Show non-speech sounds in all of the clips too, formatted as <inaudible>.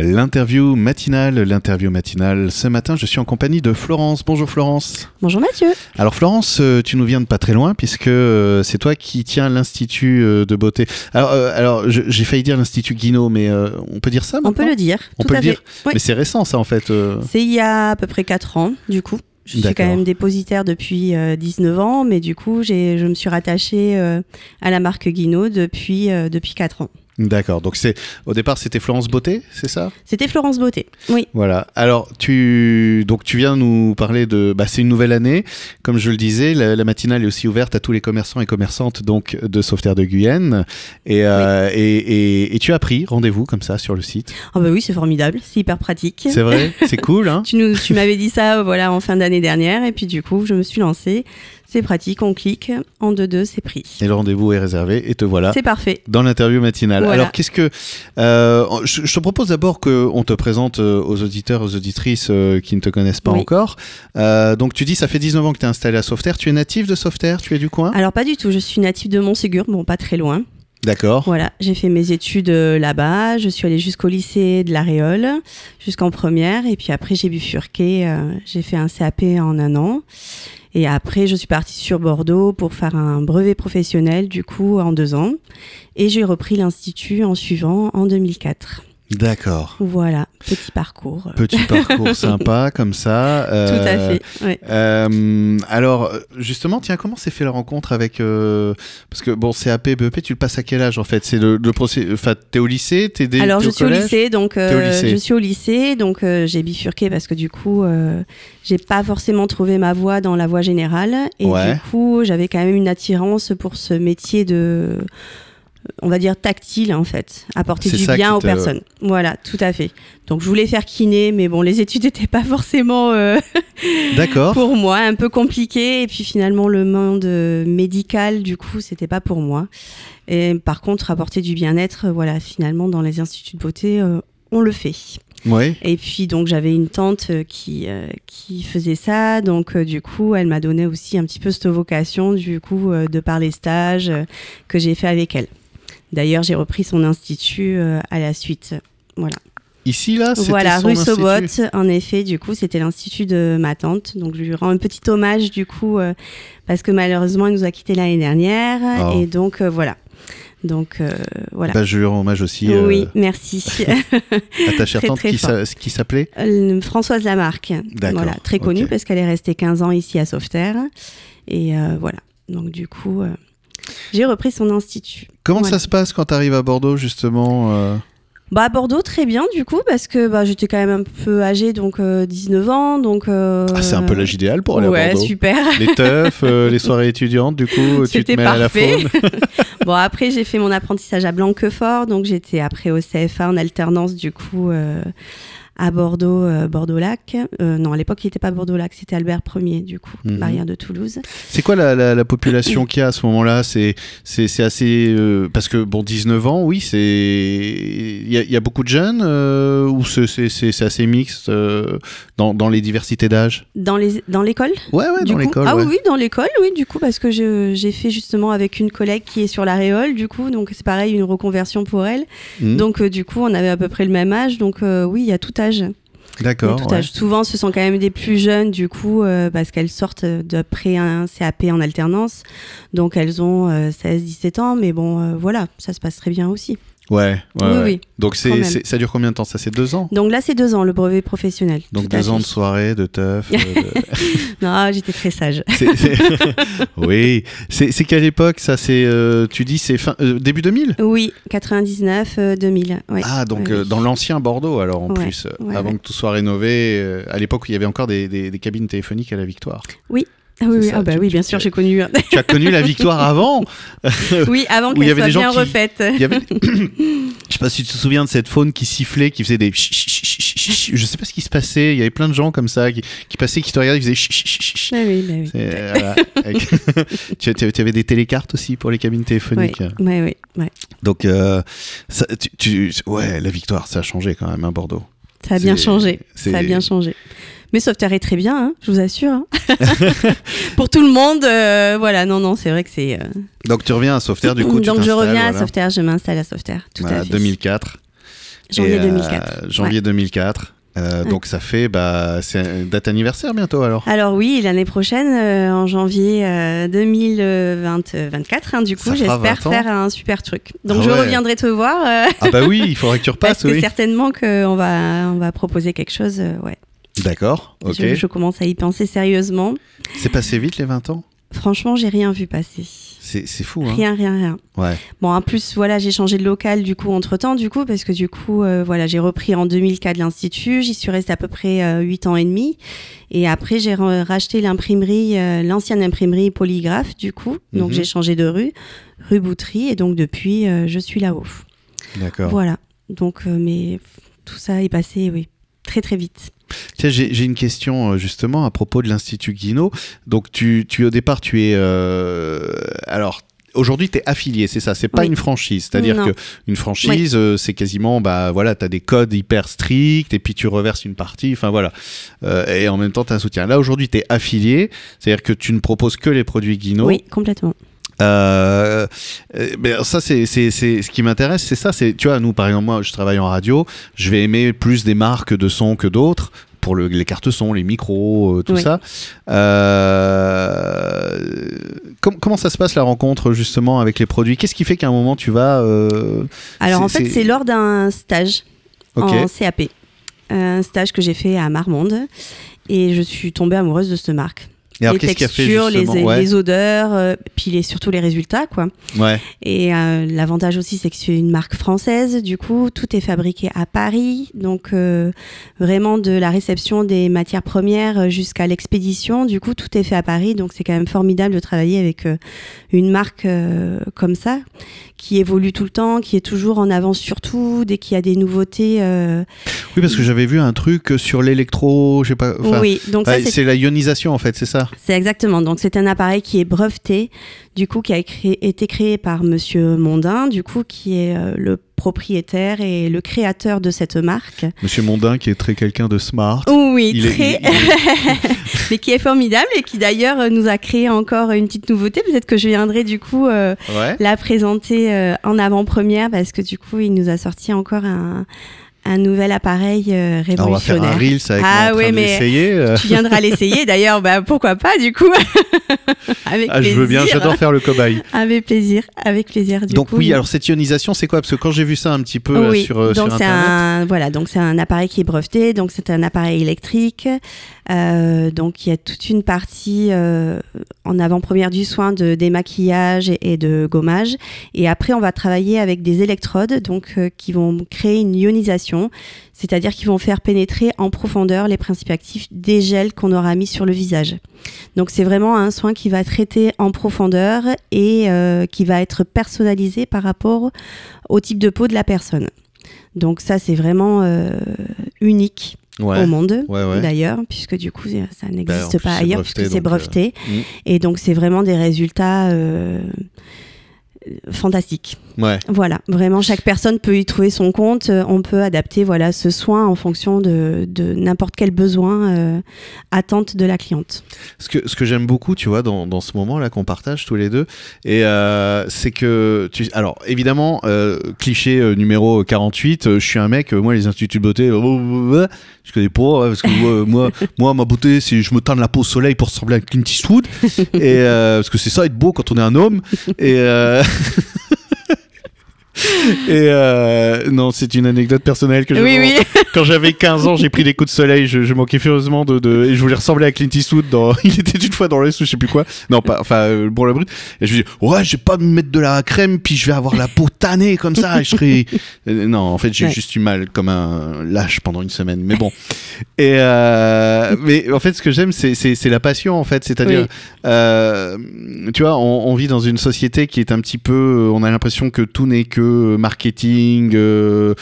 L'interview matinale, l'interview matinale. Ce matin, je suis en compagnie de Florence. Bonjour Florence. Bonjour Mathieu. Alors Florence, euh, tu nous viens de pas très loin puisque euh, c'est toi qui tiens l'institut euh, de beauté. Alors, euh, alors je- j'ai failli dire l'institut Guinot, mais euh, on peut dire ça On peut maintenant le dire. On tout peut à le dire. fait. Oui. Mais c'est récent ça en fait. euh. C'est il y a à peu près 4 ans, du coup. Je suis D'accord. quand même dépositaire depuis euh, 19 ans, mais du coup, j'ai, je me suis rattachée euh, à la marque Guinot depuis, euh, depuis 4 ans. D'accord. Donc c'est au départ c'était Florence Beauté, c'est ça C'était Florence Beauté. Oui, Voilà. Alors tu donc tu viens nous parler de bah, c'est une nouvelle année. Comme je le disais, la, la matinale est aussi ouverte à tous les commerçants et commerçantes donc de Sauveterre de Guyenne. Et euh, et, et- et tu as pris rendez-vous comme ça sur le site. Ah bah oui c'est formidable, c'est hyper pratique. C'est <laughs> vrai, c'est cool. Hein Tu, nous, tu m'avais dit ça euh, voilà, en fin d'année dernière, et puis du coup, je me suis lancée. C'est pratique, on clique, en 2-2, c'est pris. et le rendez-vous est réservé et te voilà. C'est parfait. Dans l'interview matinale. Voilà. Alors, qu'est-ce que. euh, je, je te propose d'abord qu'on te présente euh, aux auditeurs, aux auditrices euh, qui ne te connaissent pas Oui. encore. Euh, donc, tu dis, ça fait 19 ans que tu es installé à Sauveterre. Tu es natif de Sauveterre Tu es du coin Alors pas du tout, je suis native de Montségur, bon pas très loin. D'accord. Voilà, j'ai fait mes études euh, là-bas, je suis allée jusqu'au lycée de la Réole, jusqu'en première, et puis après j'ai bifurqué, euh, j'ai fait un CAP en un an, et après je suis partie sur Bordeaux pour faire un brevet professionnel, du coup en deux ans, et j'ai repris l'institut en suivant en 2004. D'accord. Voilà, petit parcours. <laughs> Petit parcours sympa comme ça. Tout Euh, à fait. ouais. euh, alors, justement, tiens, comment s'est fait la rencontre avec. euh, parce que, bon, CAP, BEP, E tu le passes à quel âge en fait C'est le, le procé- Enfin, t'es au lycée T'es dé- Alors t'es je au suis au collège lycée, donc T'es au euh, lycée. je suis au lycée, donc euh, j'ai bifurqué parce que du coup euh, j'ai pas forcément trouvé ma voie dans la voie générale et Ouais. du coup j'avais quand même une attirance pour ce métier de on va dire tactile en fait, apporter C'est du ça bien qui aux te- personnes. Voilà, tout à fait. Donc je voulais faire kiné, mais bon les <laughs> études n'étaient pas forcément euh, D'accord. pour moi, un peu compliqué. Et puis finalement, le monde euh, médical, du coup, c'était pas pour moi. Et par contre, apporter du bien-être, euh, voilà, finalement, dans les instituts de beauté, euh, on le fait. Ouais. Et puis donc, j'avais une tante euh, qui euh, qui faisait ça, donc euh, du coup, elle m'a donné aussi un petit peu cette vocation, du coup, euh, de par les stages euh, que j'ai fait avec elle. D'ailleurs, j'ai repris son institut euh, à la suite. Ici, là, Ah, c'était Voilà, son rue institut. Sobotte, en effet, du coup, c'était l'institut de ma tante. Donc, je lui rends un petit hommage, du coup, euh, parce que malheureusement, elle nous a quittés l'année dernière. Oh. Et donc, euh, voilà. Donc, euh, voilà. Bah, je lui rends hommage aussi euh, Oui, <laughs> merci. à ta chère Très, tante très qui fort. s'a- qui s'appelait. Euh, Françoise Lamarck. D'accord, Voilà, très connue ok. parce qu'elle est restée 15 ans ici à Sauveterre. Et euh, voilà. Donc, du coup, euh, j'ai repris son institut. Comment Voilà. ça se passe quand tu arrives à Bordeaux, justement euh, Bah à Bordeaux très bien du coup parce que bah, j'étais quand même un peu âgée donc euh, 19 ans donc euh, Ah, C'est un peu l'âge idéal pour aller à ouais Bordeaux. super Les teufs, euh, les soirées étudiantes, du coup, Oh, tu te <laughs> C'était mets à la parfait. faune. <laughs> Bon, après, j'ai fait mon apprentissage à Blanquefort, donc j'étais après au CFA en alternance, du coup, euh, à Bordeaux, euh, Bordeaux-Lac. Euh, non, à l'époque, il n'était pas Bordeaux-Lac, c'était Albert Ier, du coup, Mhm. barrière de Toulouse. C'est quoi la, la- la population qu'il y a à ce moment-là C'est c'est- c'est assez. euh, parce que, bon, 19 ans, oui, c'est. Il y, a- il y a beaucoup de jeunes euh, ou c'est- c'est c'est- c'est assez mixte euh, dans, dans les diversités d'âge Dans les- dans l'école Ouais, ouais, du dans coup. l'école. Ah ouais. oui, dans l'école, oui, du coup, parce que je- j'ai fait justement avec une collègue qui est sur la Réole, du coup, donc c'est pareil, une reconversion pour elle. Mhm. Donc, euh, du coup, on avait à peu près le même âge, donc euh, oui, il y a tout âge. Mais D'accord. tout ouais. âge. Souvent, ce sont quand même des plus jeunes, du coup, euh, parce qu'elles sortent d'après un CAP en alternance. Donc, elles ont 16-17 ans, mais bon, euh, voilà, ça se passe très bien aussi. Ouais, ouais, Oui, ouais. oui. Donc c'est, même. c'est- ça dure combien de temps Ça, c'est deux ans. Donc là, c'est deux ans, le brevet professionnel. Donc Tout à deux ans de fait. soirée, de <laughs> teuf. euh, de- <laughs> Non, ah, j'étais très sage. <laughs> C'est- c'est- <laughs> oui, c'est, c'est quelle époque ça C'est euh, tu dis c'est fin euh, début 2000 Oui, euh, 99-2000. Ah donc euh, dans l'ancien Bordeaux alors en Ouais, plus euh, ouais, avant ouais. que tout soit rénové euh, à l'époque où il y avait encore des, des- des cabines téléphoniques à la Victoire. Ah c'est oui, oui, ça, ah bah tu- oui, tu- bien sûr, j'ai connu. <laughs> tu as connu la <laughs> Victoire avant oui, avant Où il y avait qu'elle soit des gens bien qui- refaite. Il y avait- <coughs> je sais pas si tu te souviens de cette faune qui sifflait, qui faisait des. chut, chut, chut, chut, chut, chut. Je sais pas ce qui se passait. Il y avait plein de gens comme ça qui, qui passaient, qui te regardaient, qui faisaient. chut, chut, chut, chut. Ah <laughs> oui, bah oui. C'est- euh, voilà. Avec- <laughs> tu, tu- tu avais des télécartes aussi pour les cabines Oui, téléphoniques. oui, oui, oui. Donc, euh, ça- tu- tu- ouais, la victoire, ça a changé quand même, à Bordeaux. Ça a bien C'est- changé. c'est- Ça a bien changé. Mais Sauveterre est très bien, hein, je vous assure. hein. <laughs> Pour tout le monde, euh, voilà. Non, non, c'est vrai que c'est. euh, Donc, tu reviens à Sauveterre, du coup, tu Donc je t'installes, reviens à voilà. Bah, Sauveterre, je m'installe à Sauveterre. Tout Voilà, à fait. 2004. Janvier Et, euh, 2004. janvier 2004. Euh, Ouais. Donc ça fait, bah, c'est une date anniversaire bientôt <laughs> alors. Alors oui, l'année prochaine, euh, en janvier euh, 2024, hein, du coup, Ça fera j'espère 20 ans. faire un super truc. Donc Ah je ouais. reviendrai te voir, <laughs> euh, Ah bah oui, il faudrait que tu parce repasses, que oui. certainement qu'on va, on va proposer quelque chose. euh, ouais. D'accord, ok. Je, je commence à y penser sérieusement. C'est passé vite les 20 ans Franchement, j'ai rien vu passer. C'est c'est fou, hein Rien, rien, rien. Ouais. Bon, en plus, voilà, j'ai changé de local du coup entre temps, du coup, parce que du coup, euh, voilà, j'ai repris en 2004 l'institut. J'y suis restée à peu près 8 ans et demi. Et après, j'ai ra- racheté l'imprimerie, euh, l'ancienne imprimerie polygraphe, du coup. Donc, Mhm. j'ai changé de rue, rue Boutry. Et donc, depuis, euh, je suis là-haut. D'accord. Voilà. Donc, euh, mais tout ça est passé, oui, très, très vite. Tiens, j'ai j'ai une question euh, justement à propos de l'Institut Guinot. Donc, tu, tu au départ, tu es. euh, alors. Aujourd'hui, tu es affilié, c'est ça, c'est pas Oui. une franchise. C'est-à-dire Non. que une franchise, euh, c'est quasiment, bah voilà, tu as des codes hyper stricts et puis tu reverses une partie, enfin voilà. Euh, et en même temps, tu as un soutien. Là, aujourd'hui, tu es affilié, c'est-à-dire que tu ne proposes que les produits Guinot. Oui, complètement. Euh, euh, ben, ça, c'est c'est- c'est- ce qui m'intéresse, c'est ça. C'est tu vois, nous par exemple, moi, je travaille en radio, je vais aimer plus des marques de son que d'autres pour le- les cartes son, les micros, euh, tout Oui. ça. Euh, com- comment ça se passe la rencontre justement avec les produits Qu'est-ce qui fait qu'à un moment tu vas euh, Alors, C'est- en fait, c'est- c'est lors d'un stage. Ok, en CAP. Un stage que j'ai fait à Marmande et je suis tombée amoureuse de cette marque. et alors les qu'est-ce qui a fait textures, les, justement ouais. les odeurs, euh, puis les, surtout les résultats. quoi. ouais, Et euh, l'avantage aussi, c'est que c'est une marque française. Du coup, tout est fabriqué à Paris. Donc, euh, vraiment de la réception des matières premières euh, jusqu'à l'expédition. Du coup, tout est fait à Paris. Donc, c'est quand même formidable de travailler avec euh, une marque euh, comme ça, qui évolue tout le temps, qui est toujours en avance sur tout. Dès qu'il y a des nouveautés, euh, Oui, parce que j'avais vu un truc sur l'électro, je sais pas. enfin, oui, donc ouais, ça, c'est- c'est la ionisation en fait, c'est ça c'est exactement. Donc c'est un appareil qui est breveté, du coup qui a créé- été créé par Monsieur Mondin, du coup qui est euh, le propriétaire et le créateur de cette marque. Monsieur Mondin qui est très quelqu'un de smart. Oui, Il est- très, il- <laughs> mais qui est formidable et qui d'ailleurs euh, nous a créé encore une petite nouveauté. Peut-être que je viendrai du coup euh, Ouais. la présenter euh, en avant-première parce que du coup il nous a sorti encore un, un nouvel appareil euh, Alors, Ah, on va faire un révolutionnaire. Reels avec Ah moi en ouais, train de mais- l'essayer. <laughs> euh. tu viendras l'essayer d'ailleurs, bah, pourquoi pas du coup <laughs> Avec Ah, je veux bien, plaisir. j'adore faire le cobaye. Avec plaisir, avec plaisir. Du donc coup, Oh oui, alors cette ionisation, c'est quoi Parce que quand j'ai vu ça un petit peu là, Oui, sur, euh, donc sur c'est Internet... un voilà, donc c'est un appareil qui est breveté, donc c'est un appareil électrique, Euh, donc il y a toute une partie euh, en avant-première du soin de démaquillage et, et de gommage, et après on va travailler avec des électrodes, donc euh, qui vont créer une ionisation, c'est-à-dire qu'ils vont faire pénétrer en profondeur les principes actifs des gels qu'on aura mis sur le visage. Donc c'est vraiment un soin qui va traiter en profondeur et euh, qui va être personnalisé par rapport au type de peau de la personne. Donc ça c'est vraiment euh, unique Ouais. au monde. Ouais, ouais. Bah, D'ailleurs, puisque du coup, ça n'existe plus, pas c'est ailleurs, breveté, puisque c'est donc, euh, breveté. mm. Et donc, c'est vraiment des résultats euh, euh, fantastiques. ouais. Voilà, vraiment, chaque personne peut y trouver son compte. Euh, On peut adapter voilà, ce soin en fonction de, de n'importe quel besoin, euh, attente de la cliente. Ce que, ce que j'aime beaucoup, tu vois, dans, dans ce moment-là qu'on partage tous les deux, et euh, c'est que, tu, alors évidemment, euh, cliché euh, numéro 48, euh, je suis un mec, euh, moi les instituts de beauté, euh, blablabla, je connais pas, ouais, parce que euh, moi, moi, ma beauté, c'est je me teins de la peau au soleil pour ressembler à Clint Eastwood, et, euh, parce que c'est ça être beau quand on est un homme, et... euh, <laughs> Et euh, non, c'est une anecdote personnelle que je vous quand j'avais 15 ans, j'ai pris des coups de soleil. Je, je manquais furieusement de, de- Et je voulais ressembler à Clint Eastwood. Dans... <laughs> Il était une fois dans l'Est ou je sais plus quoi. Non, pas. Enfin, euh, pour la brute. Et je lui dis Ouais, je vais pas me mettre de la crème, puis je vais avoir la peau tannée comme ça. Et je serai. Euh, non, en fait, j'ai Ouais. juste eu mal comme un lâche pendant une semaine. Mais bon. Et euh, mais en fait, ce que j'aime, c'est- c'est c'est la passion, en fait. C'est-à-dire, Oui. euh, tu vois, on, on vit dans une société qui est un petit peu. On a l'impression que tout n'est que marketing. euh,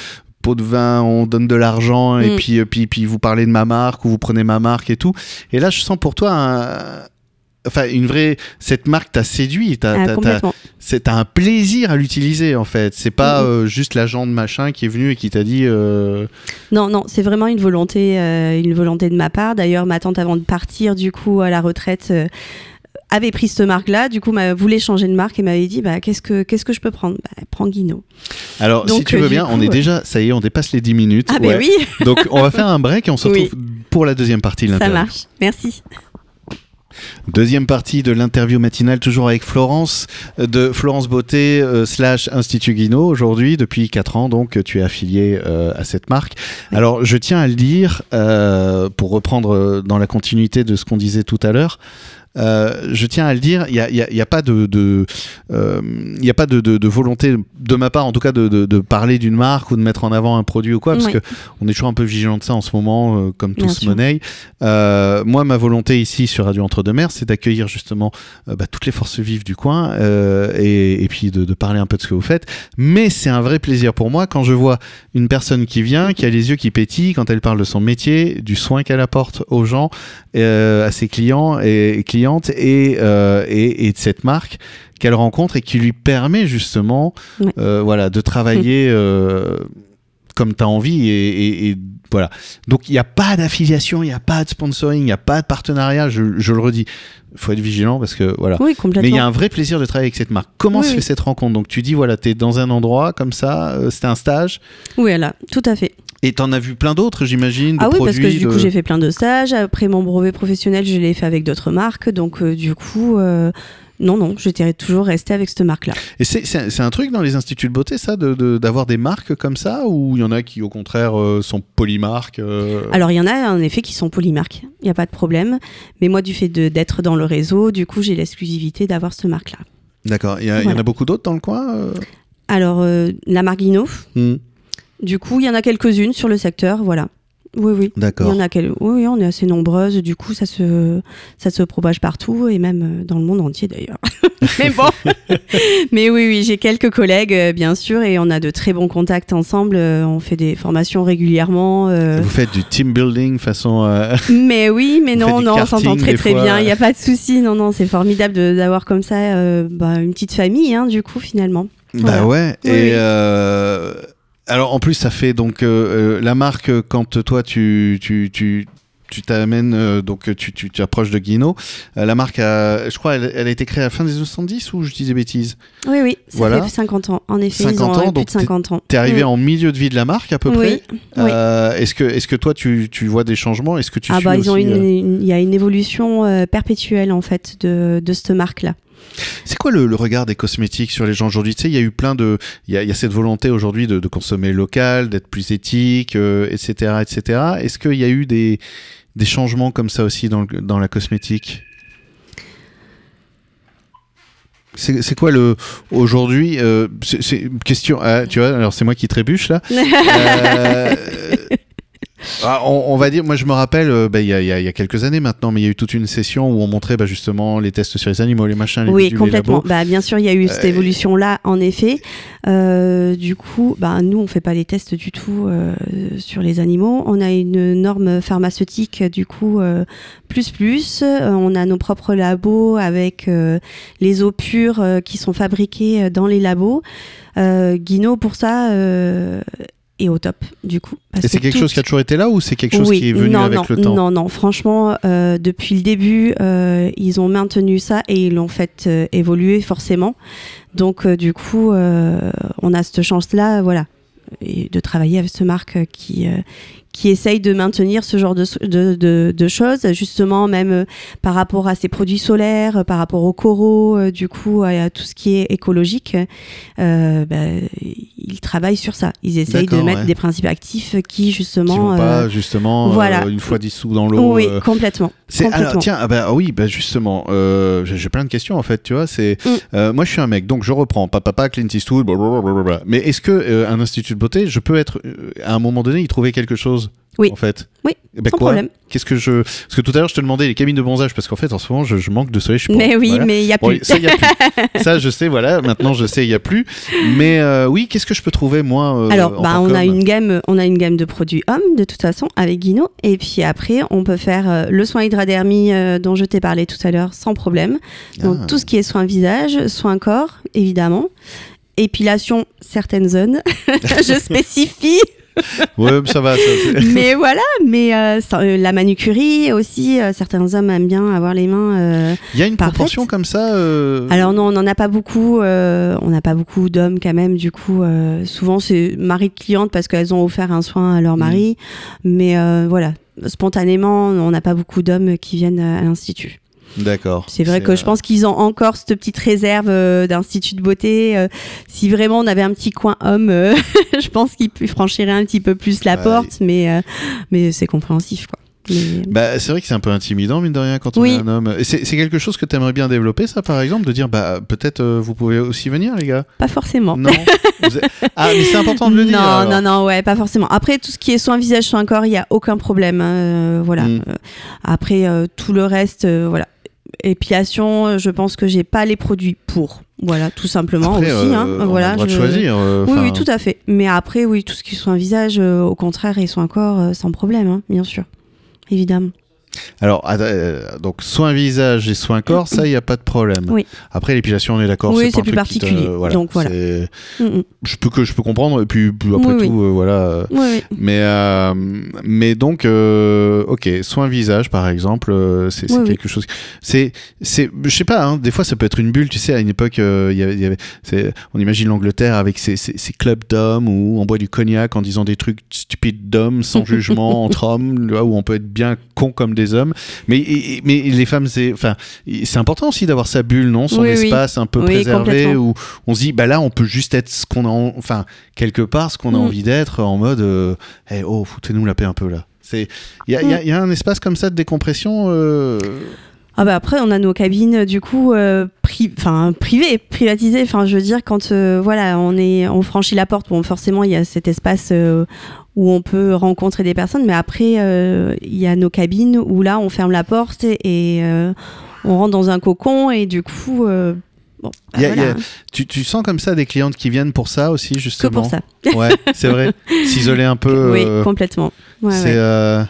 pot de vin, on donne de l'argent et Mm. puis, euh, puis, puis vous parlez de ma marque ou vous prenez ma marque et tout. Et là, je sens pour toi un- Enfin, une vraie. Cette marque t'a séduit, t'as- Ah, t'as- t'as complètement. c'est- t'as un plaisir à l'utiliser en fait. C'est pas Mm. euh, juste l'agent de machin qui est venu et qui t'a dit. euh, Non, non, c'est vraiment une volonté, euh, une volonté de ma part. D'ailleurs, ma tante, avant de partir, du coup, à la retraite, euh, avait pris cette marque-là, du coup, m'a- voulait changer de marque et m'avait dit bah, qu'est-ce, que, qu'est-ce que je peux prendre bah, Prends Guinot. Alors, si Donc, tu euh, veux du bien, coup, on est euh, déjà, ça y est, on dépasse les 10 minutes. Ah, Ouais. ben oui, Donc, on va faire un break et on se <laughs> Oui. retrouve pour la deuxième partie de <laughs> ça l'interview. marche. Merci. Deuxième partie de l'interview matinale, toujours avec Florence, euh, de Florence Beauté euh, slash Institut Guinot. Aujourd'hui, depuis 4 ans, donc, tu es affiliée euh, à cette marque. Alors, je tiens à le dire, euh, pour reprendre euh, dans la continuité de ce qu'on disait tout à l'heure, euh, je tiens à le dire, il n'y a, il y a- il y a pas de, de, euh, il y a pas de, de- de volonté de ma part, en tout cas, de, de- de parler d'une marque ou de mettre en avant un produit ou quoi, parce Oui. que on est toujours un peu vigilant de ça en ce moment, euh, comme tout Bien se sûr. monnaie. Euh, moi, ma volonté ici sur Radio Entre-deux-Mers, c'est d'accueillir justement euh, bah, toutes les forces vives du coin euh, et, et puis de, de parler un peu de ce que vous faites. Mais c'est un vrai plaisir pour moi quand je vois une personne qui vient, qui a les yeux qui pétillent quand elle parle de son métier, du soin qu'elle apporte aux gens, euh, à ses clients et, et clientes et, euh, et, et de cette marque qu'elle rencontre et qui lui permet justement Ouais. euh, voilà, de travailler Mm. euh, comme tu as envie et, et- et voilà. Donc il n'y a pas d'affiliation, il n'y a pas de sponsoring, il n'y a pas de partenariat, je, je le redis. Il faut être vigilant parce que voilà. Oui, Mais il y a complètement. un vrai plaisir de travailler avec cette marque. Comment Oui, se fait oui. cette rencontre Donc tu dis, voilà, tu es dans un endroit comme ça, euh, c'était un stage, Oui, là, tout à fait. et t'en as vu plein d'autres, j'imagine, de Ah oui, produits. parce que du de- coup, j'ai fait plein de stages. Après mon brevet professionnel, je l'ai fait avec d'autres marques. Donc, euh, du coup, euh, non, non, j'étais toujours restée avec cette marque-là. Et c'est- c'est un- c'est un truc dans les instituts de beauté, ça, d'avoir de, d'avoir des marques comme ça, ou il y en a qui, au contraire, euh, sont polymarques euh, Alors, il y en a, en effet, qui sont polymarques. Il n'y a pas de problème. Mais moi, du fait de- d'être dans le réseau, du coup, j'ai l'exclusivité d'avoir cette marque-là. D'accord, il y, a- il y en voilà. a beaucoup d'autres dans le coin euh Alors, euh, la marque Guinot, Hmm, du coup, il y en a quelques-unes sur le secteur, voilà. Oui, oui. Il y D'accord. en a quel- oui, oui, on est assez nombreuses, du coup, ça se, ça se propage partout et même euh, dans le monde entier d'ailleurs. <laughs> Mais bon, mais oui, oui, j'ai quelques collègues, euh, bien sûr, et on a de très bons contacts ensemble. euh, on fait des formations régulièrement. euh, Vous faites du team building façon. <laughs> euh, mais oui, mais On fait non, du non, on s'entend karting, très des très fois. bien, il n'y a pas de souci. Non, non, c'est formidable de- d'avoir comme ça euh, bah, une petite famille, hein, du coup, finalement. Bah Voilà. ouais. Oui, et oui. euh, alors en plus ça fait donc euh, euh, la marque euh, quand toi tu tu tu tu t'amènes euh, donc tu, tu tu approches de Guinot. Euh, la marque a, je crois elle, elle a été créée à la fin des 70 ou je dis des bêtises. Oui, oui, ça Voilà. fait 50 ans, en effet, 50 ils ont ans, euh, plus donc de 50 ans. T'es arrivé Mm. en milieu de vie de la marque à peu Oui, près. oui. Euh, est-ce que est-ce que toi tu tu vois des changements Est-ce que tu ah suis bah ils ont aussi, une, euh, une- il y a une évolution euh, perpétuelle en fait de, de cette marque <laughs> là. C'est quoi le, le regard des cosmétiques sur les gens aujourd'hui Tu sais, il y a eu plein de, il y, a- il y a cette volonté aujourd'hui de, de consommer local, d'être plus éthique, euh, etc., etc. Est-ce qu'il y a eu des, des changements comme ça aussi dans, le- dans la cosmétique c'est c'est quoi le aujourd'hui euh, c'est- C'est une question. ah, tu vois, alors c'est moi qui trébuche là. Euh, ah, on, on va dire, moi je me rappelle, euh, bah, il y, a- il y a il y a quelques années maintenant, mais il y a eu toute une session où on montrait bah, justement les tests sur les animaux, les machins, les oui bidules, les labos. complètement. Bah bien sûr il y a eu cette Euh, évolution là en effet. Euh, du coup bah nous on fait pas les tests du tout euh, sur les animaux. On a une norme pharmaceutique du coup euh, plus plus. Euh, on a nos propres labos avec euh, les eaux pures euh, qui sont fabriquées euh, dans les labos. Euh, Guinot pour ça. euh, est au top du coup. Parce Et c'est que quelque toute- chose qui a toujours été là ou c'est quelque chose Oui, qui est venu non, avec non, le temps Non, non, franchement, euh, depuis le début, euh, ils ont maintenu ça et ils l'ont fait euh, évoluer forcément. Donc, euh, du coup, euh, on a cette chance-là, voilà, et de travailler avec cette marque euh, qui, euh, qui essaye de maintenir ce genre de, so- de, de- de choses, justement, même euh, par rapport à ses produits solaires, euh, par rapport aux coraux, euh, du coup, à, à tout ce qui est écologique. euh, bah, ils travaillent sur ça. Ils essayent de D'accord, mettre ouais. des principes actifs qui, Qui justement, vont euh, pas justement euh, voilà. une fois dissous dans l'eau. oui, euh, complètement. c'est- alors complètement. tiens, ah bah oui, bah justement, euh, j'ai j'ai plein de questions en fait, tu vois. C'est Mm. euh, moi je suis un mec, donc je reprends papa, papa, Clint Eastwood, blablabla. Mais est-ce que euh, un institut de beauté, je peux être euh, à un moment donné y trouver quelque chose Oui. en fait Oui, Eh ben sans quoi problème. Qu'est-ce que je Parce que tout à l'heure je te demandais les cabines de bronzage parce qu'en fait en ce moment je, je manque de soleil. Je suis pas- Mais oui, voilà. mais il y a Bon, plus. ça, y a <laughs> plus. ça, je sais, voilà. Maintenant, je sais, il n'y a plus. Mais euh, oui, qu'est-ce que je peux trouver, moi euh, Alors, en bah, tant on a qu'homme une gamme, on a une gamme de produits hommes de toute façon avec Guinot, et puis après, on peut faire euh, le soin hydradermie euh, dont je t'ai parlé tout à l'heure sans problème. Donc Ah. tout ce qui est soin visage, <laughs> soin corps, évidemment, épilation certaines zones. je spécifie. ouais, mais ça <laughs> va. ça, c'est- mais voilà, mais euh, ça- euh, la manucurie aussi, euh, certains hommes aiment bien avoir les mains. euh, Il y a une Parfaite. proportion comme ça. euh, Alors non, on n'en a pas beaucoup. euh, on n'a pas beaucoup d'hommes quand même. Du coup, euh, souvent c'est mari de cliente parce qu'elles ont offert un soin à leur mari. Mais euh, voilà, spontanément, on n'a pas beaucoup d'hommes qui viennent euh, à à l'institut. D'accord. C'est vrai que je euh, pense qu'ils ont encore cette petite réserve euh, d'institut de beauté. euh, si vraiment on avait un petit coin homme, euh, <laughs> je pense qu'ils pu- franchiraient un petit peu plus la Ouais. porte. Mais euh, mais c'est compréhensif quoi. Mais- Bah, c'est vrai que c'est un peu intimidant, mine de rien, quand on Oui. est un homme. Et C'est c'est quelque chose que tu aimerais bien développer, ça, par exemple, de dire, bah, peut-être euh, vous pouvez aussi venir, les gars. Pas forcément. Non. Vous êtes- Ah, mais c'est important de le <laughs> non, dire. alors. non, non, ouais, pas forcément. Après, tout ce qui est soin visage, soin corps, il n'y a aucun problème. hein, euh, voilà. Mm. Euh, après, euh, tout le reste, euh, voilà. Épilation, euh, je pense que j'ai pas les produits pour. Voilà, tout simplement Après, aussi. euh, hein, on a voilà, le droit de je- choisir. euh, Oui, enfin, oui, tout à fait. Mais après, oui, tout ce qui est soin visage, euh, au contraire, et soin corps, euh, sans problème, hein, bien sûr. Évidemment. Alors, att- euh, donc, soin visage et soin corps, ça, il n'y a pas de problème. Oui. Après, l'épilation, on est d'accord. Oui, pas c'est un plus truc qui te- particulier. Donc, voilà. c'est- Mm, mm. Je peux, que, je peux comprendre. Et puis, puis après Oui, oui. tout, euh, voilà. euh, Oui, oui. Mais, euh, mais donc, euh, ok, soin visage par exemple, euh, c'est c'est Oui, oui. quelque chose. C'est, c'est, je sais pas. hein, des fois, ça peut être une bulle. Tu sais, à une époque, euh, il y avait, il y avait- c'est- on imagine l'Angleterre avec ses, ses- ses clubs d'hommes où on boit du cognac en disant des trucs stupides d'hommes, <laughs> sans jugement entre hommes, là où on peut être bien con comme des hommes. Mais, et- et- mais les femmes, c'est, enfin, c'est important aussi d'avoir sa bulle, non, son Oui, oui. espace un peu Oui, préservé complètement. où on se dit, bah là, on peut juste être ce qu'on a, en- enfin, quelque part, ce qu'on a Mm. envie d'être, en mode. euh, eh oh, foutez-nous la paix un peu là. C'est il y a, il y a- Mm. il y a un espace comme ça de décompression. euh, Ah bah après on a nos cabines du coup euh, pri- enfin privées, privatisées. Enfin je veux dire quand euh, voilà on est on franchit la porte, bon forcément il y a cet espace euh, où on peut rencontrer des personnes, mais après euh, il y a nos cabines où là on ferme la porte et, et, euh, on rentre dans un cocon et du coup euh, bon bah, Il y a- il y a- voilà, Tu, tu sens comme ça des clientes qui viennent pour ça aussi que justement. pour ça. Ouais, c'est <laughs> vrai. S'isoler un peu. oui euh, complètement. Ouais, c'est ouais. euh,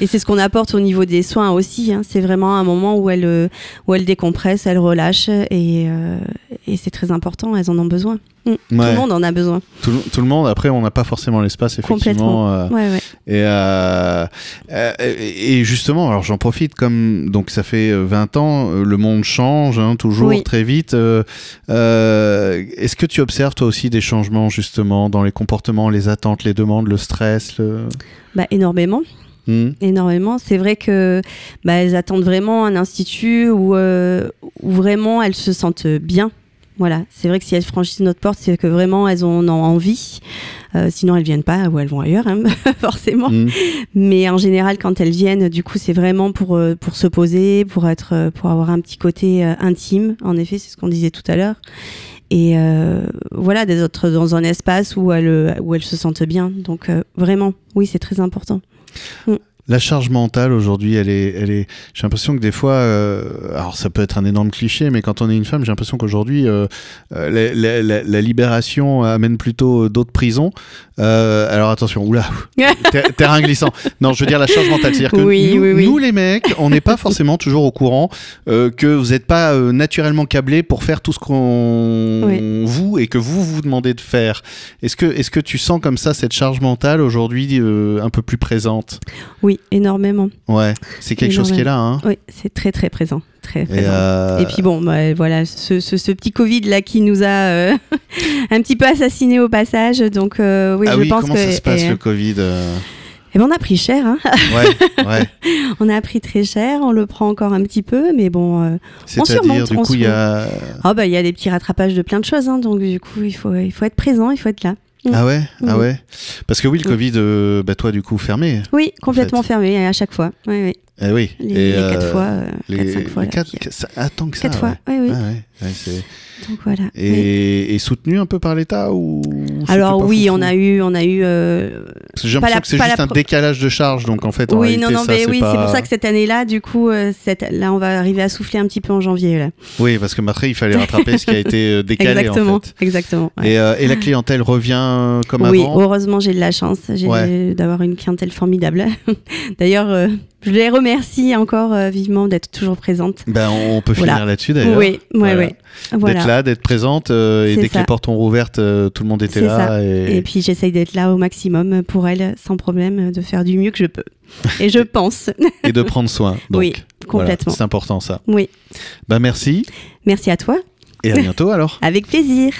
Et c'est ce qu'on apporte au niveau des soins aussi. hein. C'est vraiment un moment où elles, euh, où elles décompressent, elles relâchent et, euh, et c'est très important. Elles en ont besoin. Mm. Tout Ouais. le monde en a besoin. tout, le- tout le monde. Après, on n'a pas forcément l'espace effectivement. Complètement. euh, Ouais, ouais. Et, euh, euh, et et justement, alors j'en profite, comme donc ça fait euh, 20 ans, euh, le monde change hein, toujours Oui. très vite. euh, euh, Est-ce que tu observes toi aussi des changements justement dans les comportements, les attentes, les demandes, le stress le... Bah, énormément, Hmm énormément. C'est vrai que bah, elles attendent vraiment un institut où, euh, où vraiment elles se sentent bien. Voilà, c'est vrai que si elles franchissent notre porte, c'est que vraiment elles en ont envie. Euh, sinon, elles viennent pas ou elles vont ailleurs, hein, <laughs> forcément. Hmm. Mais en général, quand elles viennent, du coup, c'est vraiment pour, euh, pour se poser, pour, être, euh, pour avoir un petit côté euh, intime. En effet, c'est ce qu'on disait tout à l'heure. Et euh, voilà, d'être dans un espace où elles, euh, où elles se sentent bien. Donc, euh, vraiment, oui, c'est très important. La charge mentale aujourd'hui, elle est, elle est. J'ai l'impression que des fois, euh, alors ça peut être un énorme cliché, mais quand on est une femme, j'ai l'impression qu'aujourd'hui, euh, euh, la, la- la- la libération amène plutôt euh, d'autres prisons. Euh, alors attention, <laughs> oula, ter- terrain glissant. Non, je veux dire la charge mentale, c'est-à-dire que Oui, nous, oui, oui. nous, les mecs, on n'est pas forcément toujours au courant euh, que vous n'êtes pas euh, naturellement câblés pour faire tout ce qu'on Oui. vous et que vous vous demandez de faire. Est-ce que, est-ce que tu sens comme ça cette charge mentale aujourd'hui euh, un peu plus présente? Oui, énormément. Ouais, c'est quelque chose qui est là. Hein. Oui, c'est très, très présent. Très Et, présent. euh, Et puis bon, bah, voilà, ce, ce- ce petit Covid là qui nous a euh, <laughs> un petit peu assassiné au passage. Donc euh, oui, ah je oui, pense comment que ça se passe et- le Covid <laughs> euh, eh ben, on a pris cher. hein. Ouais, ouais. On a pris très cher. On le prend encore un petit peu, mais bon. euh, C'est-à-dire, surmonte, du on coup, il y a. Ah bah il y a des petits rattrapages de plein de choses, hein, donc du coup il faut il faut être présent, il faut être là. surmonte. Ah ouais, ah Mm. ouais. Parce que oui, le Mm. Covid, euh, bah, toi, du coup, fermé. Oui, complètement fermé à chaque fois. Oui, oui. Eh oui. Les, Et, les quatre euh, fois, euh, quatre cinq fois. les là, quatre- qui- qu- ça- Attends que ça. quatre ouais. fois. Oui, oui. Ah ouais, ouais, c'est- Donc voilà. et, oui. et soutenu un peu par l'État ou ou c'était Alors pas oui, foufou on a eu, on a eu. euh, Parce que J'ai l'impression pas la- que c'est pas la juste un pro- décalage de charge, donc en fait, en Oui, réalité, non, non, ça, mais oui, pas- c'est pour ça que cette année-là, du coup, euh, cette... là, on va arriver à souffler un petit peu en janvier. Là. Oui, parce que après, il <laughs> fallait rattraper ce qui a été euh, décalé. en Exactement, fait. exactement. ouais. Et, euh, et la clientèle revient euh, comme Ah. oui, oh. avant heureusement, j'ai de la chance j'ai Ouais. d'avoir une clientèle formidable. <laughs> D'ailleurs, euh, je les remercie encore euh, vivement d'être toujours présente. Ben, on peut Voilà. finir là-dessus Oui, d'ailleurs. oui, Voilà. oui. Voilà. D'être là, d'être présente, euh, et C'est dès que ça. les portes ont rouvertes, euh, tout le monde était C'est là. ça. Et... Et puis j'essaye d'être là au maximum pour elle, sans problème, de faire du mieux que je peux. Et je pense. <laughs> et de prendre soin. Donc, <laughs> oui, voilà, complètement. c'est important ça. Oui. Ben merci Merci à toi. <laughs> et à bientôt alors. Avec plaisir.